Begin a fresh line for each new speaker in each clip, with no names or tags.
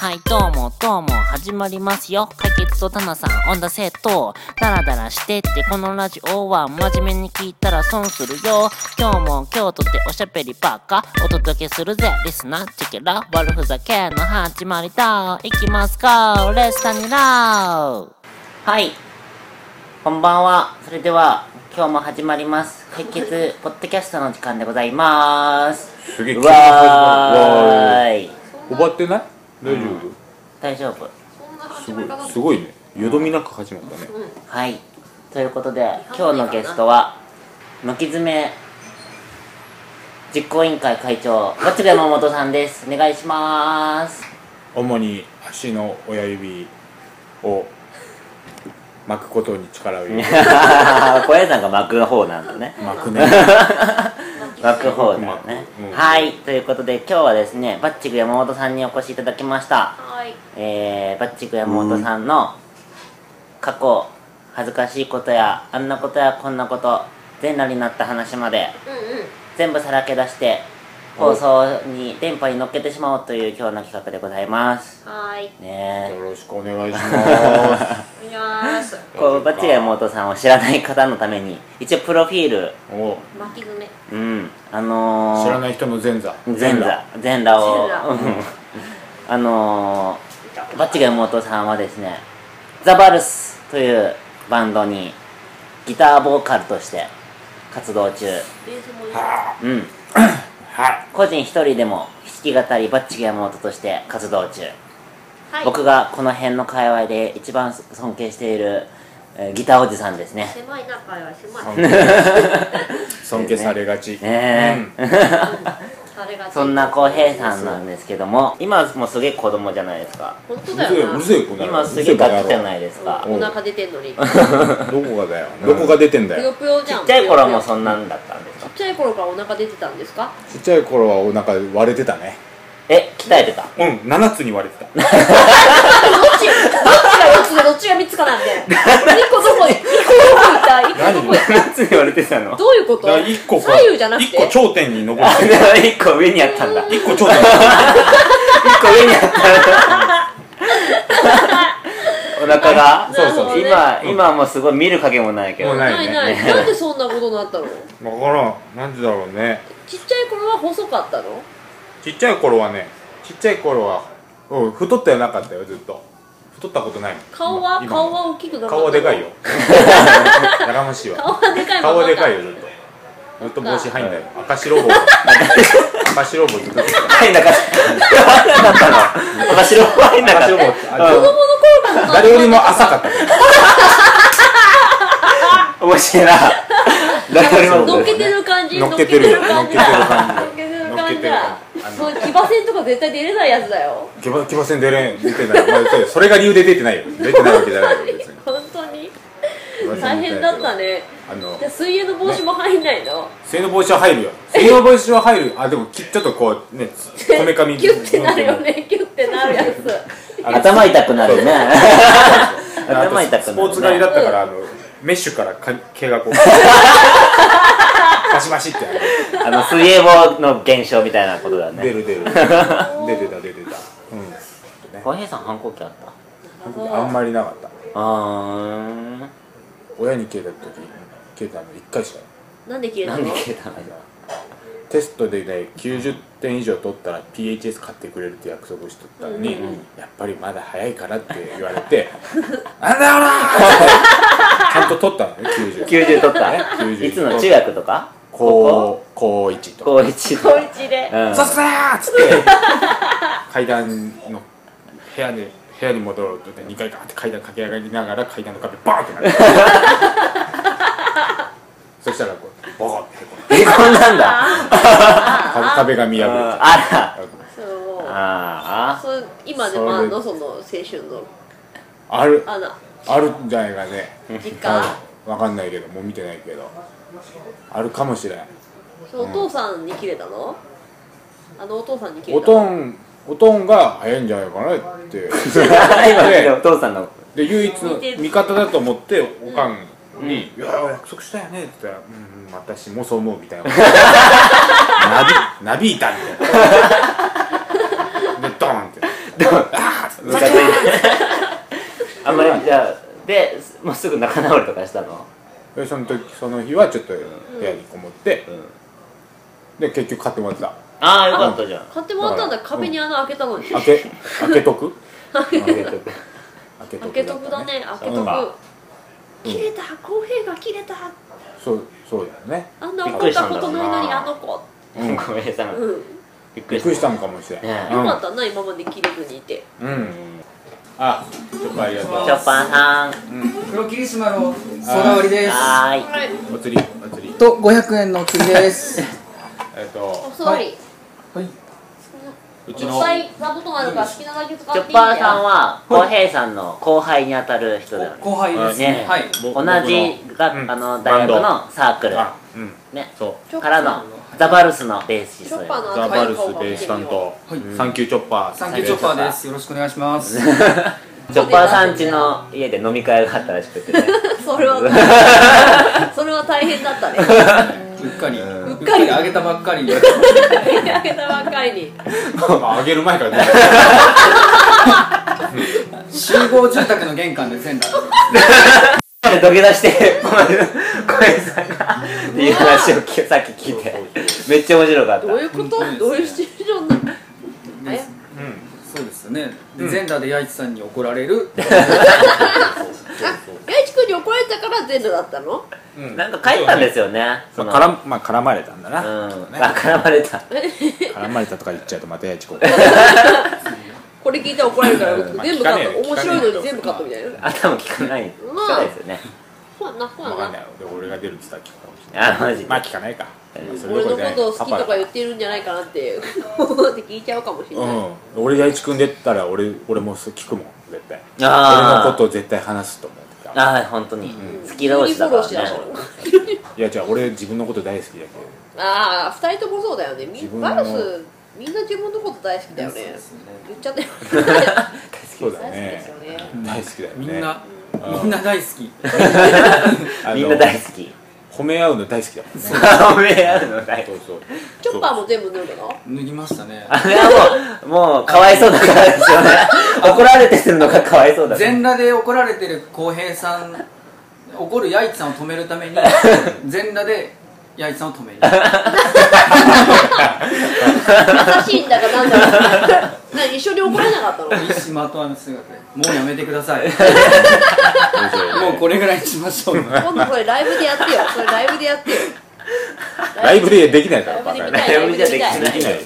はいどうもどうも始まりますよ解決とタナさんオンダセットダラダラしてってこのラジオは真面目に聞いたら損するよ今日も今日とっておしゃべりばっかお届けするぜリスナーチェケラ悪ふざけの始まりだいきますかレスタニラーはいこんばんはそれでは今日も始まります解決ポッドキャストの時間でございます
すげえ
う
急に始ま
わ
るわー
ー
い
い
おばってない大丈夫、
大丈夫
すごいすごいねよどみなく始まったね、
はいということで今日のゲストは巻き爪実行委員会会長松部山本さんですお願いします
主に足の親指を巻くことに力を入れ て
小屋さんが巻く方なんだね
巻くね
巻く方だよね
巻くうん
はいということで今日はですねバッチグ山本さんにお越しいただきました
はい。
えー、バッチグ山本さんの過去恥ずかしいことやあんなことやこんなこと全裸になった話まで
うんうん。
全部さらけ出して放送に電波に乗っけてしまおうという今日の企画でございます
はーい。
ね
よろしくお願い します
お願いします。
えこうバッチリ妹さんを知らない方のために一応プロフィール
お
巻き爪。
うんあのー、
知らない人の前座
全裸全裸を
全裸
うんあのー、バッチリ妹さんはですねザ・バルスというバンドにギターボーカルとして活動中
ベースもいい。
うん
はい
個人一人でも弾き語りバッチリ妹として活動中
はい。
僕がこの辺の界隈で一番尊敬している、えーギターおじさんですね
狭い中は狭い。
尊敬尊敬されがち、
ねえ、
あれが。
そんな浩平さんなんですけども今もうすげえ子供じゃないですか
本
う
当
る
だ
せえ
よな。
うるせえこの野郎
今すげえガキじゃな
う
いですか
お腹出てんのに。
るせえバカ野郎どこがだよどこが出てんだ
ぷ
よ
よぷよじゃん。
ちっちゃい頃はもう
ちっ
そんなんだったんですか
ちゃい頃からお腹出てたんですか。
ちっちゃい頃はお腹割れてたね
え鍛えてた
うん7つに割れてた
どっち、どっちが四つでどっちが三つかなんで。一個どこ、一個どこ行った、一個どこ行っ
何つに言われてたの
た。どういうこ
だから
と。
1個こう
左右じゃなく
一個
て。
頂点に残 って
でも一個上にあったんだ一
一個頂点に
個上にあ ったんだお腹が
そうそうそう
今今はもうすごい見る影もないけど
もうない
ないない、なんでそんなことになったの。
だからなんでだろうね
ちっちゃい頃は細かったの。
ちっちゃい頃はねちっちゃい頃はうん太ってはなかったよずっと太ったことないもん
顔は、
今
顔は大きくなかったの
顔はでかい よやかましいわ
顔はでかいまま
顔はでかいよずっとずっと帽子入んだよ赤白帽赤白帽ずっと
入んなかった。だったの。私の入んなか
赤
った。
白帽
子供の
あ
頃から
誰よりも浅かった
面白いな。誰より
乗
も
っけてる感じ
乗っけてるよ
乗っけてる感じ乗っけてる
乗っ
感
け
じ
てる
だ
あの
そう騎馬戦とか絶対出れないやつだよ
騎馬騎馬戦出れん出てない、まあ、それが理由で出てないよ出てないわけじゃないよ別に
本当に
騎馬戦出てないけど
大変だったね
あの
じゃあ水泳の帽子も入んないの
水の帽子は入るよ水の帽子は入るあでもきちょっとこうねこめ かみ
キュッてなるよねキュッてなるやつ
頭痛くなるね。頭
頭
痛くなる
痛
ね
スポーツ狩りだったからあのメッシュからか毛がこうバシバシって
あの、水泳棒の現象みたいなことだ
出
ね。
る 出る出てた出てた
小平さん反抗期あった。
うんあんまりなかった
あーん。
親に切れた時切れたの1回しかない
なんで切れた
な
の
んで消えたの
テストでね90点以上取ったら PHS 買ってくれるって約束しとったのに、やっぱりまだ早いからって言われ て「なんだよな!」ってちゃんと取ったのね90
?90 取った。
ね90
いつの中学とか
高高1と
高一
小
とか。
一で
うん
「さすが!」っつって階段の部屋で部屋に戻ろうとね2階ガーって階段駆け上がりながら階段の壁 バーンってなるそしたらこうボコってこう
え、こんなんだ。
壁が見破れて
あ
そう
ら。ああ。
そう今でもあんのその青春の
ある
穴
あるんじゃないかね
実家
わかんないけどもう見てないけどあるかもしれない
そうお父さんに切れたのあのお父さんに切れ
お
たの
とんおとんが早いんじゃないかなって
今
で
のお父さんの。
で唯一の
見てる
味方だと思っておかん
うん。
いや約束したよねって言ったら「うんうん私もそう思う」みたいななびなびいたみたいなでドーンって「あ
かっていいですあんまりじゃあでもうすぐ仲直りとかしたの
でその時その日はちょっと部屋にこもって、
うん
で結局買ってもらってた
ああよかったじゃん
買ってもらったんだ壁に穴開けたのに
開け開けとく
ありがとう
開けと
開
く
けとくだね開
そ
けと
うか
く切れた公平が切れた
そうそうだよね
あんな
びっ
怒
く
っ
りしたたんだ
こ
ろ
と
う
な
ない
のにあの子
うん
ごめんなさい
うんよ
びっく
び
り
っくり
し
した
た
のかもしれない、
ねえ
かったな今まで切れずにいて
うん、うん、あちょっとありがとう
チョッパーさん
黒霧島のソダ割りです
は
はい
お釣りお釣り
と500円のお釣りです
えっ
お
と
座り
はい
うち
いっ
の
ぱい座布団あるから好きなだ
ー
け使っ
いチ
て
ョ
いいん
ッパー
だ
さん
よ
は浩平さんの後輩にあたる人だよね
後輩です
ね
ねはい
同
僕
じが、
僕の
あ
う
の
ん
大学
バン
のサーク
ド
ル
あうん
ね
そう
チョッ
か
パー
ら
の
のザバルスのベーシス
チョ
ト
ッパー
よ
の
ザ・
赤
バ
い
ルス
顔が
ベース担当、
はい
サンキューチョッパー
サンキューチョッパーですよろしくお願いし ますは
チョッパーさん家の家で飲み会があったらしくて ね
そ れはそれは大変だったね
いうっかりうっ
か
か
り
りあげたばっかりに
開けたばっかりに
あげる前からね
集合住宅の玄関で全 裸
土下座して小林さんがっていう話をきさっき聞いてめっちゃ面白かった
どういうこと
本当ですね
どういうシチュエーションなの
で
え
そうですよねで全裸で八一さんに怒られる
八一君に怒られたから全裸だったの
うん、うん、
なんか帰ったんですよね
そ
そ
の
の
絡ままあ絡まれたんだ
う
な、
んあ絡まれた
絡まれたとか言っちゃうとまたやちこ
これ聞いたら怒られるから僕全部カット
まあ聞かねえ
面白いのに全部カットみたいな
頭聞かない聞かないですよね
そうやんなそう
わ
や
かん
んな
ないよで俺が出るって言ったら聞くかもしれない
あマジ
まあ聞かないか、まあそれ
俺
どころじゃ
の
ない
ことを好きと
パ
か
パ
言ってるんじゃないかなって思って聞いちゃうかもしれない
うん俺八一君出たら俺俺もそう聞くもん絶対
あー
俺のことを絶対話すと思ってた
ああ本当に好き同士だから
急にフォローしだ
ね
したの
いやじゃあ俺自分のこと大好きだけど
ああ二人ともそうだよねみ
自分の
バルスみんな自分のこと大好きだよね言っちゃったよ
そうだ
大好きです
ね
よね
大好きだよね
みんな
うん
みんな大好き
あの
みんな大好き
褒め合うの大好きだもんね
おめ えあるの大好
そ
き
うそう
チョッパーも全部脱ぐの
脱ぎました ね
あれはもうもうかわいそうだからです よね怒られてるのがかわいそうだから
全裸で怒られてる浩平さん怒る八一さんを止めるた めに全裸で八一さんを止める
優しいんだかなんだかな一緒に怒られなかったの
一子まとわぬ姿でもうやめてくだ さい
そうそう
もうこれぐらいにしましょう
今度これライブでやってよそれライブでやってよ
ライブでできないから
ライブで見
バ
た
カ
い
ライブじゃでき
ライブ
ない
できない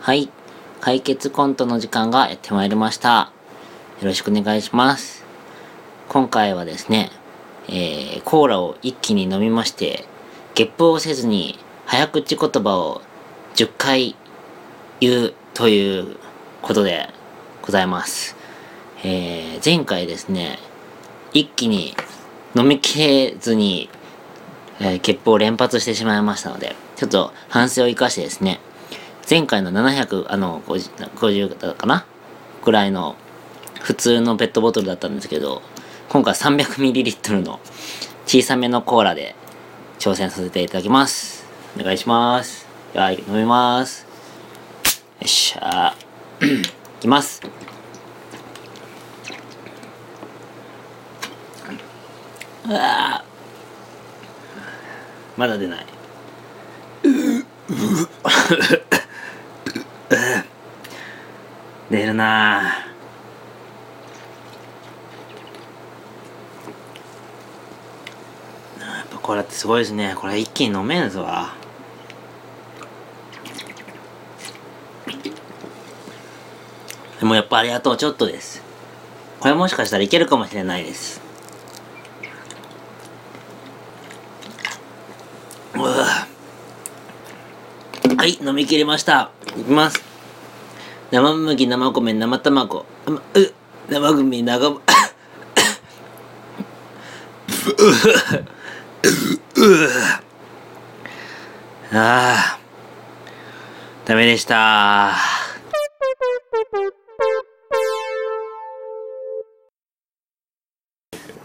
はい解決コントの時間がやってまいりましたよろしくお願いします今回はですねえー、コーラを一気に飲みましてゲップをせずに早口言葉を10回言うということでございますえー、前回ですね一気に飲みきれずに、えー、ゲップを連発してしまいましたのでちょっと反省を生かしてですね前回の700あの 50, 50だったかなぐらいの普通のペットボトルだったんですけど今回 300ml の小さめのコーラで挑戦させていただきますお願いしますでは飲みますよっしゃ いきますうわあまだ出ないう出るなあやっぱこれってすごいですねこれ一気に飲めんぞわでもやっぱありがとうちょっとですこれもしかしたらいけるかもしれないですうわはい飲み切りましたいきます生麦生米生卵生う生組生ううああ
ダメでした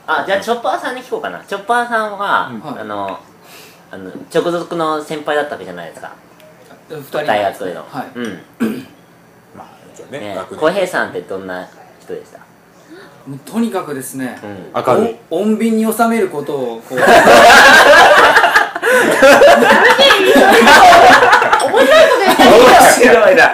あじゃあチョッパーさんに聞こうかなチョッパーさんは、
うん
あのあの直属の先輩だったわけじゃないですか
二人
大学での、
はい
うん
まあじゃあね
ね
学
浩
年
平さんってどんな人でした
もうとにかくですね、
ん
明るい
お穏便に収めることをこ
面白いこ
う
と言った
面白いな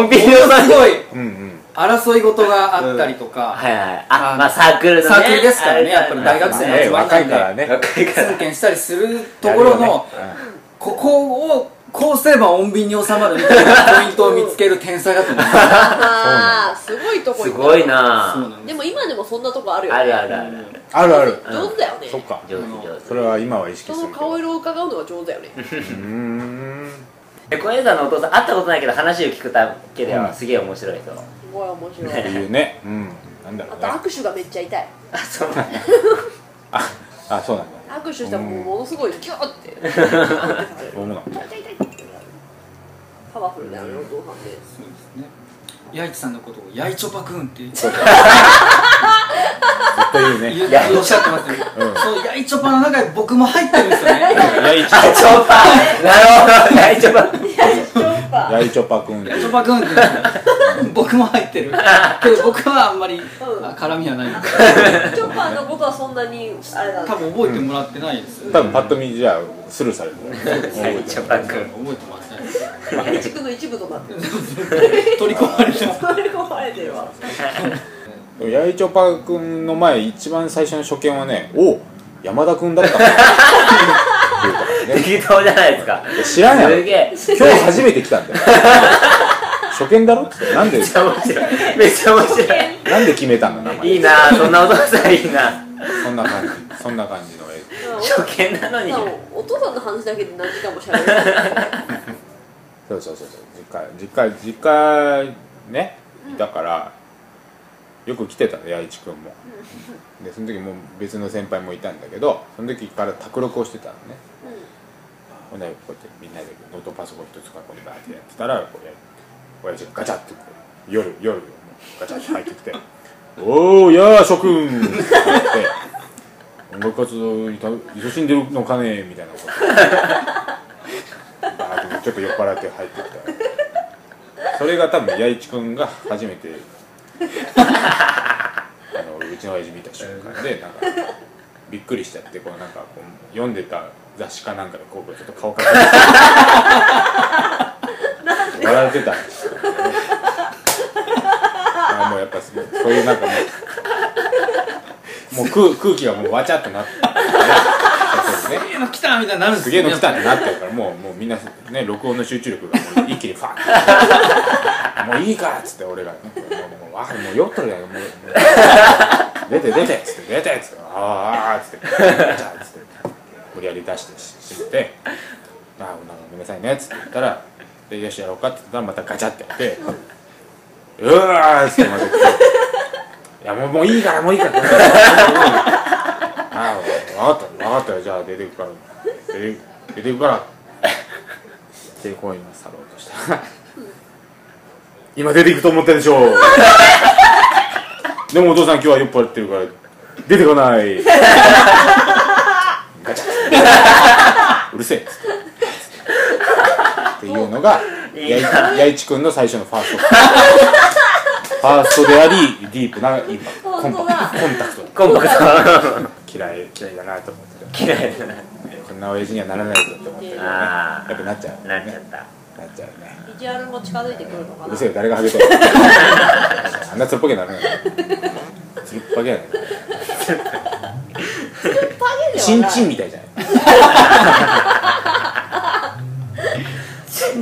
穏便の
すごい
うんうん
争い事があったりとか、
はいはいあ
あ
まあサークルのね
サークルですからねやっぱり大学生の
ね
集まり
若
ないん
から
で
ね
若いから
通見したりするところのここをこうすれば穏便に収まるみたいなポイントを見つける天才だと思います
あーすごいとこ
す
行った
ごいな
そうなん
で
で
すも今でもそんなとこあるよね
あるあるある
あるある
上手だよね
そっか
上手上手
それは今は意識
人
す
の
るけど
顔色を伺うのは上手だよね
うーん
え小遊三のお父さん会ったことないけど話を聞くだけで
う
は
ん
すげえ面白いと
すごい面白
って
い
いうねうんなんだろ
あ
う
と
ね
握手がめっちゃ痛い
あ そうなんだ
ああそうなんだ
握手したらもうものすごいギューって
そうなんだ
パワフルだよねお父さんって
そうですね八一さんのことを「やいちょぱくん」って言って
そうだ絶対言うね
言っておっしゃってますね、そうやいちょぱの中に僕も入ってるんですよね
やいち
あチョッパーなるほど大丈夫
やいちょぱくんって
やい
い
ちょ
う
ぱくんって言うんですよ僕も入ってるけど僕はあんまり、
ん
あ絡みはないんで
チョッパーのことはそんなにあれなん
多
だ
分覚えてもらってないですよね、
多分パッと見じゃあスルーされてる
やいちょぱくん
覚えてもらってないです
建築の一部となってる
取り込まれてます
取り込まれてるわ
でも八重チョパくんの前一番最初の初見はねお山田くんだ ったんだっていうからね
適当じゃないですか
知らんやろ
すげえ
今日初めて来たんだよ初見だろって言ってなんで
めっちゃ面白いめっちゃ面白
なんで決めたんだ名
いい
前
いなそんなお父さんいいな
そんな感じそんな感じの絵
初見なのに
お父さんの話だけで何時間もしゃべる
そうそうそうそう実家実家実家ねだから、よく来てたの八一くんもでその時もう別の先輩もいたんだけどその時から卓録をしてたのね、ほんでこうやってみんなでノートパソコン一つかこうバーってやってたらこれ親父がガチャってこう夜夜ガチャって入ってきて 「おーやー諸君!」って言って「音楽活動にた勤しんでるのかね?」みたいなことバーってちょっと酔っ払って入ってきたそれが多分弥一君が初め てあのうちの親父見た瞬間でなんかびっくりしちゃってこうなんかこう読んでた雑誌かなんかでこうちょっと顔隠して笑ってたんですよねあもうやっぱそうそういうなんかもうもう空空気がもうわちゃっとなってるね
すげえの来たみたいになるんですす
げえ
よ
の
ね
来たってなってるからもうもうみんなね録音の集中力がもう一気にファッもういいからっつって俺が、ね、もうもうわもう酔っとるやんもうもう出て出てっつって出てっつってあーあーっつってじゃあっつって無理やり出してししててあーなんかごめんなさいねっつって言ったらでよしやろうかって言ったらまたガチャってやってうわーっつってまた来ていやもうもういいからもういいからああ分かった分かったよじゃあ出てくから出て出てくからってこう今去ろうとしたら今出ていくと思ったでしょうでもお父さん今日は酔っ払ってるから出てこないガチャうるせえっつってっていうのがやいやいちくんの最初のファーストファーストでありディープなインパクトコンパクトコンタクト
コンパク
嫌い嫌いだなと思って
ト嫌いだな
こんな親父にはならないぞって思ってるや
あ
っぱなっちゃう
あ
ね
なっちゃった
なっちゃうね
ビジュアルも近づいてくるのか
う
な
るせえよ誰がハゲてるあんなつるっぽけにならないつるっぽけやねチンチンみたいじゃない
チン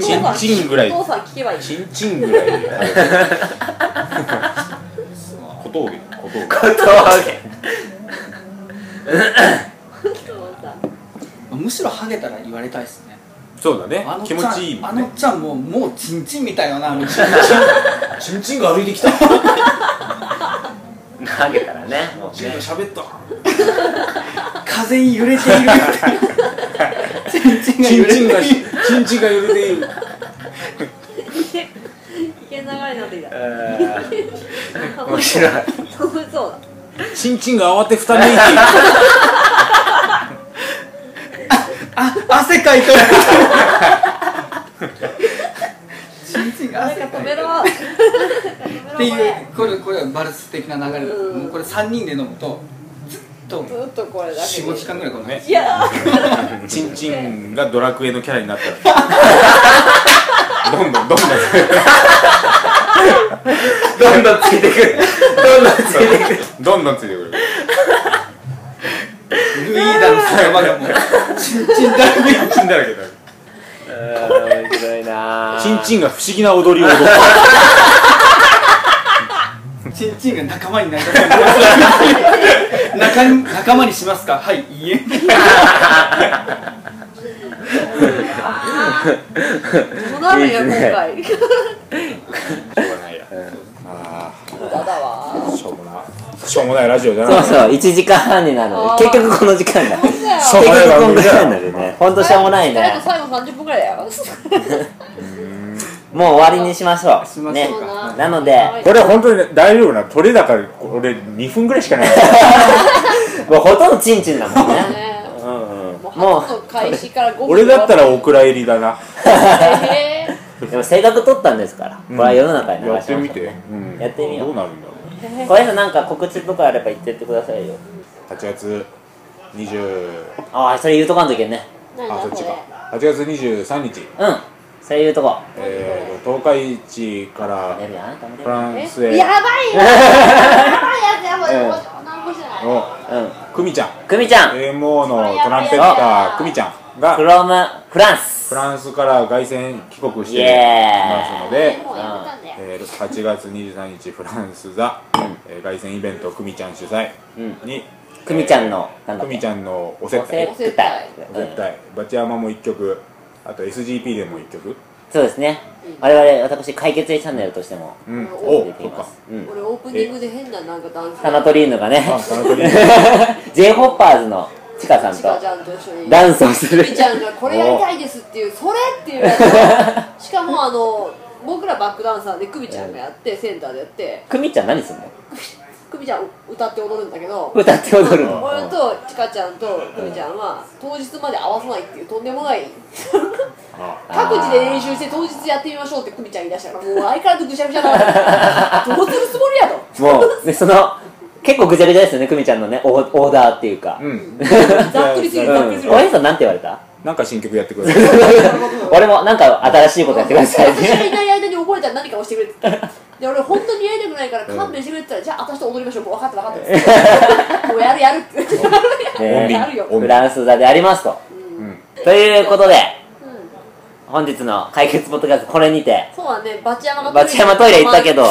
チンチンぐらい
お父さん聞けばいい
チンチンぐらいハゲてる小峠小峠
むしろハゲたら言われたいですね
そうだね
あの
気持ちいいも
あ
んね
のちゃんもうもうチンチンみたいよなみたいな
チンチンが歩いてきた。
ハゲたらねもう
チン
ね
が喋った。
風に揺れているみたいなチンチンが
チ
揺
ンチ
れてい
ンが
る
チンチンが揺れている
前飲んでいた
面白い
そうだ
チンチンが慌てふためいて
汗かいとるチンチンが
なん
汗
か
か
止
いとる
めろ
っ
止
て
めろ
いうこれこれはバルス的な流れで、
うん
もうこれ3人で飲むとずっと
これずっとこれだけ
45時間ぐらいこのね
いやー
チンチンがドラクエのキャラになったらどんどんどんどん
どんどんついてくるどんどんついてくる
どんどんついてくる
ルイーダの酒場がもうチンチンだらけ
チンチンだらけだ
面白いな
チンチ
ン
ンが不思議な踊りを踊る
チンチンが仲間になりたくなる仲に仲間にしますかはいいいえ
しょ
戻らないよ今回
うがないやあ
無駄だわ
ーしょうもなしょうもないラジオだ
そう
な
そう1時間半になるの
あー
結局この時間になる
本当だよ
しょう
結
も
局この
ない番
時
組だ
間に
な
なるねほんとしょうもないね
最後30分ぐらいだよ
もう終わりにしましょ
し
う
まし
ね
ょうか
なので
これ本当に大丈夫な取れだから俺2分ぐらいしかない
もうほとんどチンチンだもんね
ね
うんうん
もう
も
初の開始から5分
俺だったらお蔵入りだな
えー
うでも性格取ったんですからこれは世の中に流し
や
ま
っ
してょう
みて、うん
やってみよう
どうなるんだろうね
こういうのなんか告知とかあれば言ってってくださいよ
8月20
ああそれ言うとかんといけんね
何
あ
だ
そっ
こ
ち
れ
か8月23日
うんそれ言うとこ
えーと東海市から
やるやん頑張れ
フランス
え
へ
やばいよやばいやつやばいやつ何もしてない
の
うん
久美ちゃん
久美ちゃん
AMO のトランペッター久美ちゃんが
from フランス
フランスから凱旋帰国して
イ
い
エーイ
ますので、
もうやめたんだよ
えー8月23日フランス座、えー凱旋イベント久美ちゃん主催に
久美ちゃんのなんだ
久
っ
美
け
ちゃんのお接待
お接待
お接待バチ山も1曲あと SGP でも1曲、
そうですね我々私解決チャンネルとしても
うん、
出
お
て
そ
い
っ
ま
か
すうん
俺オープニングで変ななんかダンス
サナトリーヌがね
あサナト リー
j ホッパーズのチカさん
ちかち
と
ゃんと一緒に
ダンスをする
みちゃんがこれやりたいですっていうそれっていうやつしかもあの僕らバックダンサーでクミちゃんがやってセンターでやって
久美ちゃん何すんの
クミちゃん歌って踊るんだけど
歌って踊るの
俺とちかちゃんとクミちゃんは当日まで合わさないっていうとんでもない各自で練習して当日やってみましょうってクミちゃん言い出したからもう相変わらずぐちゃぐちゃだどうするつもりやと
もうでその結構ぐちゃぐちゃですよね久美ちゃんのねオーオーダーっていうか
う
うん
ん
ざっくりするざっくりする
お姉さんなんて言われた
なんか新曲やってください
俺もなんか新しいことやってください
私が
ね
いない間に覚えたら何かをしてくれって 言ってで俺本当にやりたくないから勘弁してくれって言ったら、じゃあ私と踊りましょうもう分かった分かったっ つってもうやるやるって
ね
やるよ
音
フランス座でありますと、ということで、本日の解決ポッドキャストこれにて
そうだねバチ山が
バチ山トイレ行ったけど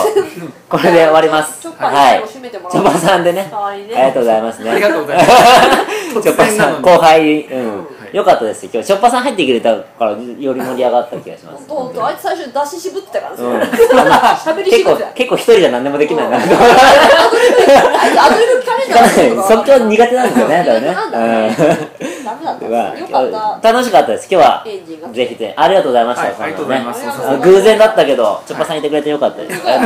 これで終わります
チョッパー
はい
に最後締めてもらおう
チョッパーさんでね
かわいいね
ありがとうございますね
ありがとうございます
チョッパーさん後輩、うん
い
よかったですよ今日チョッパーさん入ってくれたからより盛り上がった気がします
どうとあいつ最初に出し渋ってたからね、
うん
喋り
結
渋っ
構
てた
結構一人じゃ何でもできないなと
あいつアドリブ聞かねえんだろ
即興苦手なんですよね
苦手なん
だ
だね
からね
ダメだっ
う
た
んまあ
よかった
楽しかったです今日は
エンジンが
ぜひぜひありがとうございました、
はいありがとうございます
そのね偶然だったけどチョッパーさんいてくれてよかったです
助かっ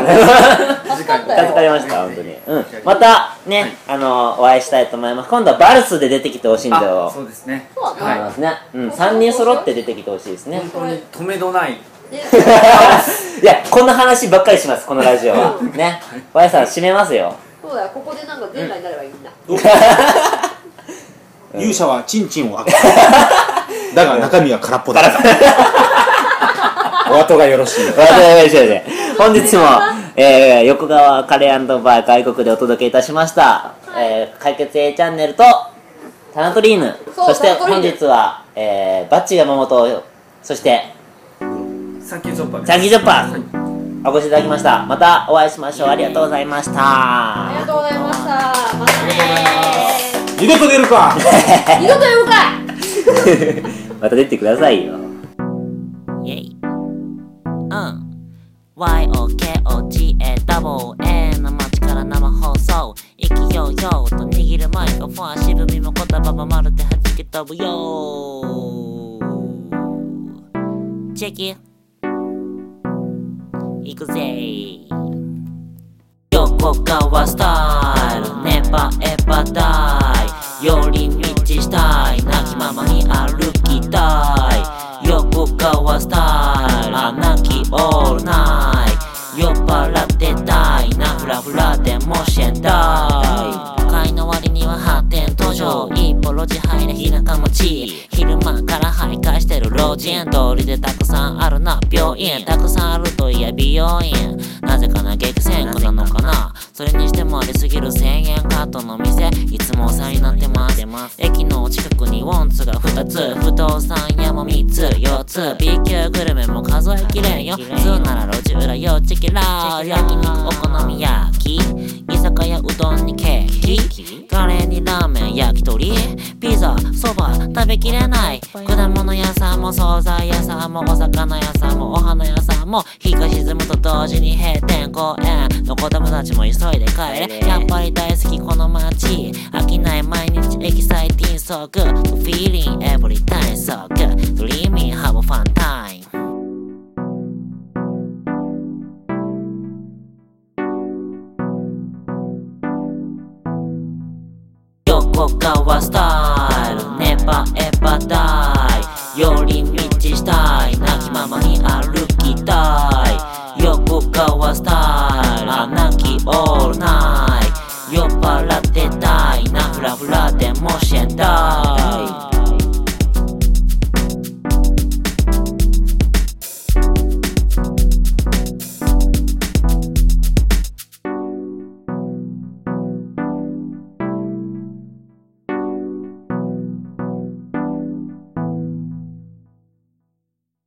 た
助かり
よ
ました、本当に。うん。また、ね、あの、お会いしたいと思います。今度はバルスで出てきてほしいんだ
あ
よ。
そうですね
そうだ
思い
ね
ますね。うん。三人揃って出てきてほしいですね。
本当に止めどない
で
いや、こんな話ばっかりします、このラジオは。ね。ワイさん、締めますよ。
そうだよここでなんか全裸になればいいんだ
勇者はチンチンを開けただが中身は空っぽだ お後がよろしいよ
わかりましたね 本日 も、えー、横川カレーバー外国でお届けいたしました。えー、解決 A チャンネルと、タナトリーヌ。
そう
そして
タナトリー
本
ヌ
日は、えー、バッチ山本、そして、
サンキューチョッパーです
チャンキージョッパーお越しいただきましたまたお会いしましょうありがとうございました
ありがとうございましたまたね
二度と出るか
二度と呼ぶかい
また出てくださいよ
イェイうん YOKOGA の街から生放送生きようよと握るマイクフォン渋みも言葉もまるで弾け飛ぶよチェキい
くぜ横川スタイルネバーエバーダイ寄り道したい泣きままに歩きたい横川スタイル穴きオールナイ酔っ払ってたいなフラフラでもしてたい会の割には発展途上一歩路地入れ田舎持ち昼間から徘徊してる老人通りでたくさんあるな病院たくさんあるといえ美容院なぜかな激戦区なのかなそれにしてもありすぎる1000円カートの店いつもお世話になってます駅の近くにウォンツが2つ不動産屋も3つ4つ B 級グルメも数えきれんよ通なら路地裏よチキラー焼肉お好み焼き居酒屋うどんにケーキカレーにラーメン焼き鳥ピザそば食べきれない果物屋さんも惣菜屋さんもお魚屋さんもお花屋さんも日が沈むと同時に閉店公園の子供たちも急いで帰れやっぱり大好きこの街飽きない毎日エキサイティングソーグフィーリンエ